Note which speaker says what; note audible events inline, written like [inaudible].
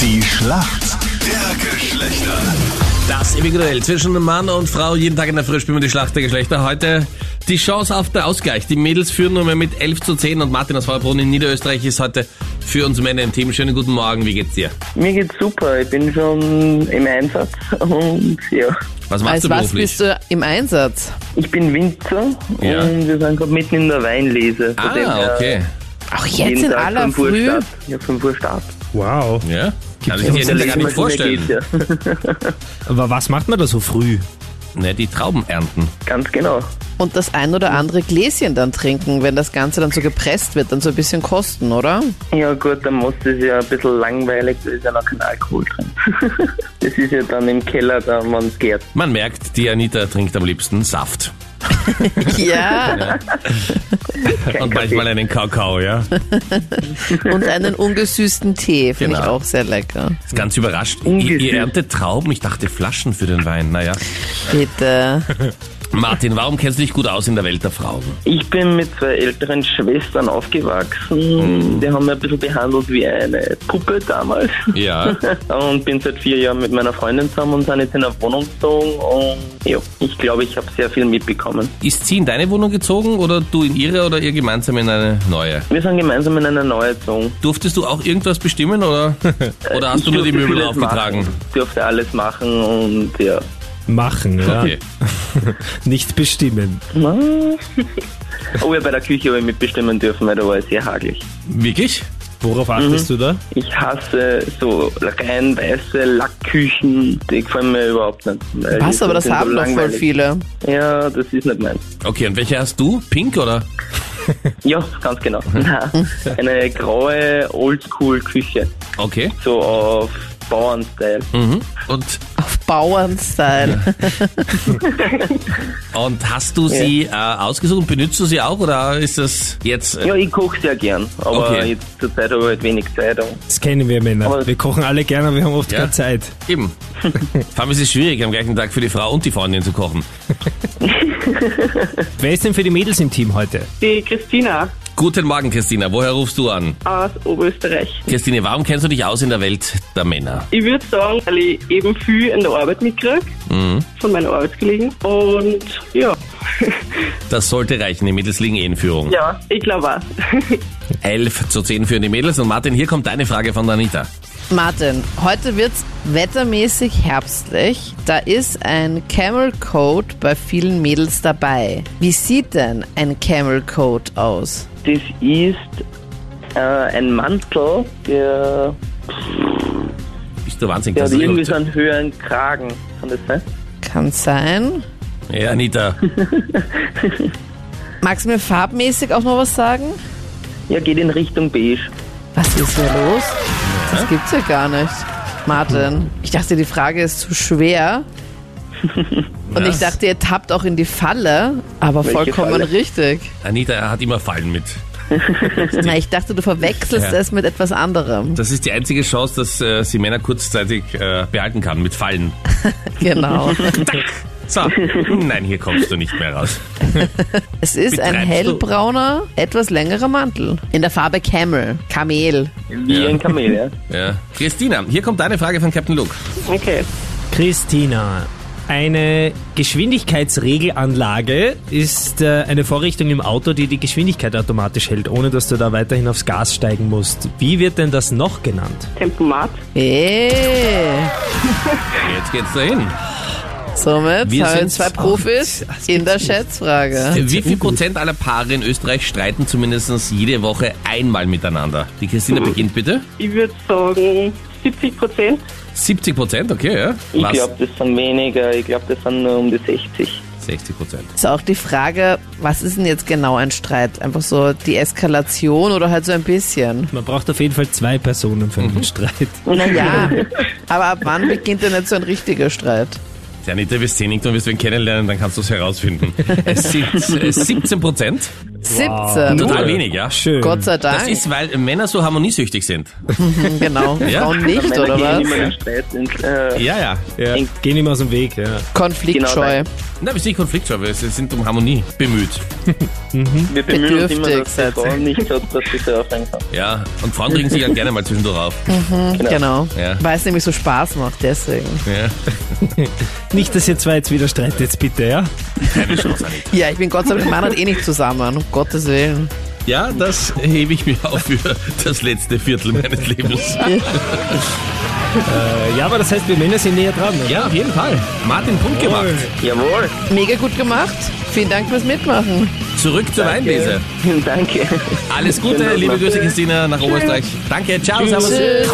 Speaker 1: Die Schlacht der Geschlechter.
Speaker 2: Das ewige Duell zwischen Mann und Frau. Jeden Tag in der Früh spielen wir die Schlacht der Geschlechter. Heute die Chance auf den Ausgleich. Die Mädels führen nur mehr mit 11 zu 10 und Martin aus Feuerbrunn in Niederösterreich ist heute für uns Männer im Team. Schönen guten Morgen, wie geht's dir?
Speaker 3: Mir geht's super, ich bin schon im Einsatz und ja,
Speaker 2: Was machst
Speaker 4: Als
Speaker 2: du
Speaker 4: was
Speaker 2: beruflich?
Speaker 4: bist du im Einsatz?
Speaker 3: ich bin Winzer
Speaker 2: Ja.
Speaker 3: und wir sind gerade mitten in der Weinlese. Von dem
Speaker 2: ah,
Speaker 3: her
Speaker 2: okay.
Speaker 4: Auch
Speaker 3: Jeden
Speaker 4: jetzt in
Speaker 3: Tag
Speaker 4: aller
Speaker 3: 5 Uhr
Speaker 4: Früh?
Speaker 3: Start. Ja, 5 Uhr Start.
Speaker 5: Wow.
Speaker 2: Ja? Kann ich mir jetzt gar nicht vorstellen.
Speaker 3: Geht, ja.
Speaker 5: Aber was macht man da so früh?
Speaker 2: Ne, die Trauben ernten.
Speaker 3: [laughs] Ganz genau.
Speaker 4: Und das ein oder andere Gläschen dann trinken, wenn das Ganze dann so gepresst wird, dann so ein bisschen kosten, oder?
Speaker 3: Ja gut, dann muss das ja ein bisschen langweilig, da ist ja noch kein Alkohol drin. [laughs] das ist ja dann im Keller, da man es geht.
Speaker 2: Man merkt, die Anita trinkt am liebsten Saft.
Speaker 4: Ja,
Speaker 3: Kein
Speaker 2: Und manchmal einen Kakao, ja.
Speaker 4: [laughs] und einen ungesüßten Tee finde ich
Speaker 2: Genau.
Speaker 4: auch sehr lecker.
Speaker 2: Ist ganz überrascht. Ihr,
Speaker 3: Ungesüßt.
Speaker 2: ihr erntet Trauben? Ich dachte Flaschen für den Wein. Naja.
Speaker 4: Bitte.
Speaker 2: Martin, warum kennst du dich gut aus in der Welt der Frauen?
Speaker 3: Ich bin mit zwei älteren Schwestern
Speaker 2: Hm.
Speaker 3: aufgewachsen. Die haben mich ein bisschen behandelt wie eine Puppe damals.
Speaker 2: Ja.
Speaker 3: [laughs] und bin seit vier Jahren mit meiner Freundin zusammen und sind jetzt in einer Wohnung gezogen. Und ja, ich glaube, ich habe sehr viel mitbekommen.
Speaker 2: Ist sie in deine Wohnung gezogen oder du in ihre oder ihr gemeinsam in eine neue?
Speaker 3: Wir sind gemeinsam in einer neue gezogen.
Speaker 2: Durftest du auch irgendwas bestimmen
Speaker 3: [laughs]
Speaker 2: oder, oder hast
Speaker 3: Ich
Speaker 2: du nur die
Speaker 3: durfte
Speaker 2: Möbel
Speaker 3: vieles
Speaker 2: aufgetragen?
Speaker 3: Machen, durfte alles machen und ja.
Speaker 5: Machen, ja.
Speaker 2: Okay.
Speaker 5: Nicht bestimmen.
Speaker 3: [laughs] Oh ja, bei der Küche habe ich mitbestimmen dürfen, weil da war ich sehr hagelig.
Speaker 2: Wirklich?
Speaker 5: Worauf achtest du da?
Speaker 3: Ich hasse so rein weiße Lackküchen. Die gefallen mir überhaupt nicht. weil die
Speaker 4: Was, aber das
Speaker 3: sind so
Speaker 4: haben doch voll
Speaker 3: langweilig.
Speaker 4: viele.
Speaker 3: Ja, das ist nicht meins.
Speaker 2: Okay, und welche hast du? Pink oder?
Speaker 3: Ja, ganz genau. Na,
Speaker 4: Mhm.
Speaker 3: [laughs] Eine graue Oldschool-Küche.
Speaker 2: Okay.
Speaker 3: So auf Bauernstyle.
Speaker 2: Mhm. Und,
Speaker 4: Auf Bauernstyle.
Speaker 2: und hast du sie äh, ausgesucht? und Benutzt du sie auch oder ist das jetzt... Äh,
Speaker 3: Ja, ich koche sehr gern, aber
Speaker 2: Okay.
Speaker 3: jetzt zur Zeit habe ich halt wenig Zeit. und-
Speaker 5: Das kennen wir Männer.
Speaker 3: Aber-
Speaker 5: wir kochen alle gerne, aber wir haben oft
Speaker 2: Ja.
Speaker 5: keine Zeit.
Speaker 3: [laughs]
Speaker 2: Eben. Vor allem ist es schwierig, am gleichen Tag für die Frau und die Freundin zu kochen.
Speaker 5: Wer ist denn für die Mädels im Team heute?
Speaker 6: Die Christina
Speaker 2: Guten Morgen, Christina. Woher rufst du an?
Speaker 6: aus Oberösterreich.
Speaker 2: Christine, warum kennst du dich aus in der Welt der Männer?
Speaker 6: Ich würde sagen, weil ich eben viel in der Arbeit mitkriege, von meinen Arbeitskollegen. Und ja,
Speaker 2: Das sollte reichen. Die Mädels liegen eh in Führung.
Speaker 6: ja, ich glaube auch. [laughs]
Speaker 2: 11 zu 10 für die Mädels. Und Martin, hier kommt deine Frage von der Anita.
Speaker 4: [laughs] Martin, heute wird's wettermäßig herbstlich. Da ist ein Camel Coat bei vielen Mädels dabei. Wie sieht denn ein Camel Coat aus?
Speaker 3: Das ist äh, ein Mantel, der,
Speaker 2: Bist du wahnsinnig?
Speaker 3: der
Speaker 2: Das
Speaker 3: hat
Speaker 2: ist
Speaker 3: irgendwie
Speaker 2: gut.
Speaker 3: so einen höheren Kragen. Kann das sein?
Speaker 4: Kann sein.
Speaker 2: ja, Anita.
Speaker 4: Magst du mir farbmäßig auch noch was sagen?
Speaker 3: Ja, geht in Richtung beige.
Speaker 4: Was ist hier los? Das gibt's ja gar nicht. Martin, ich dachte, die Frage ist zu schwer. [laughs] Und ich
Speaker 2: Was?
Speaker 4: dachte, ihr tappt auch in die Falle, aber
Speaker 3: Welche
Speaker 4: vollkommen
Speaker 3: Falle?
Speaker 4: richtig.
Speaker 2: Anita hat immer Fallen mit.
Speaker 4: Na, ich dachte, du verwechselst
Speaker 2: Ja.
Speaker 4: es mit etwas anderem.
Speaker 2: Das ist die einzige Chance, dass äh, sie Männer kurzzeitig äh, behalten kann mit Fallen.
Speaker 4: Genau.
Speaker 2: So, nein, hier kommst du nicht mehr raus.
Speaker 4: Es ist ein
Speaker 2: Betreibst du-
Speaker 4: hellbrauner, etwas längerer Mantel. In der Farbe Camel. Kamel.
Speaker 3: Wie
Speaker 2: Ja.
Speaker 3: ein Kamel,
Speaker 2: [laughs]
Speaker 3: ja.
Speaker 2: Ja. Christina, hier kommt deine Frage von Captain Luke.
Speaker 6: Okay.
Speaker 5: Christina. Eine Geschwindigkeitsregelanlage ist äh, eine Vorrichtung im Auto, die die Geschwindigkeit automatisch hält, ohne dass du da weiterhin aufs Gas steigen musst. Wie wird denn das noch genannt?
Speaker 6: Tempomat.
Speaker 4: Hey.
Speaker 2: Jetzt geht's dahin.
Speaker 4: Somit
Speaker 2: Wir
Speaker 4: haben wir
Speaker 2: sind-
Speaker 4: zwei Profis
Speaker 5: Das
Speaker 4: in der
Speaker 5: gibt's nicht.
Speaker 4: Schätzfrage.
Speaker 2: Wie viel Prozent aller Paare in Österreich streiten zumindest jede Woche einmal miteinander? Die Christina beginnt bitte.
Speaker 6: Ich würde sagen 70 Prozent.
Speaker 2: 70 Prozent, okay, ja.
Speaker 3: Ich glaube, das sind weniger. Ich glaube, das sind nur um die 60.
Speaker 2: 60 Prozent.
Speaker 4: Ist auch die Frage, was ist denn jetzt genau ein Streit? Einfach so die Eskalation oder halt so ein bisschen?
Speaker 5: [laughs] Man braucht auf jeden Fall zwei Personen für einen Streit.
Speaker 4: Naja, aber ab wann beginnt denn jetzt so ein richtiger Streit?
Speaker 2: Ja, Anita, wir sehen nicht und wir werden kennenlernen, dann kannst du es herausfinden. Es sind äh, 17 Prozent.
Speaker 4: 17.
Speaker 2: Total wenig, ja.
Speaker 5: Schön.
Speaker 4: Gott sei Dank.
Speaker 2: Das ist, weil Männer so harmoniesüchtig sind.
Speaker 4: genau.
Speaker 2: [laughs] Ja.
Speaker 4: Frauen nicht,
Speaker 3: Männer
Speaker 4: oder
Speaker 3: gehen
Speaker 4: was?
Speaker 3: immer in Streit und, äh,
Speaker 2: Ja, ja.
Speaker 5: ja. Geh nicht mehr aus dem Weg, ja.
Speaker 4: Konfliktscheu.
Speaker 3: Genau,
Speaker 2: Na, wir sind nicht konfliktscheu, wir sind um Harmonie bemüht.
Speaker 3: wir bemühen uns immer, dass die
Speaker 4: Bedürftig,
Speaker 3: Frau nicht hat, dass sie so aufhängen kann.
Speaker 2: Ja, und Frauen regen sich ja gerne mal zwischendurch auf.
Speaker 4: Genau.
Speaker 2: Ja.
Speaker 4: Weil es nämlich so Spaß macht, deswegen.
Speaker 2: Ja,
Speaker 5: Nicht, dass ihr zwei jetzt wieder streitet, jetzt bitte, ja?
Speaker 2: keine Chance, Anita.
Speaker 4: Ja, ich bin Gott sei Dank Mann und eh nicht zusammen, um Gottes Willen.
Speaker 2: Ja, das hebe ich mir auf für das letzte Viertel meines Lebens.
Speaker 5: Äh, ja, aber das heißt, wir Männer sind näher dran, oder?
Speaker 2: Ja, auf jeden Fall. Martin, Punkt gemacht.
Speaker 3: Jawohl,
Speaker 4: Mega gut gemacht. Vielen Dank fürs Mitmachen.
Speaker 2: Zurück zur Weinlese.
Speaker 3: danke.
Speaker 2: Alles Gute,
Speaker 3: Schönen Abend
Speaker 2: liebe
Speaker 3: noch.
Speaker 2: Grüße, Christina, nach Oberösterreich. Danke, ciao, servus.
Speaker 4: Tschüss.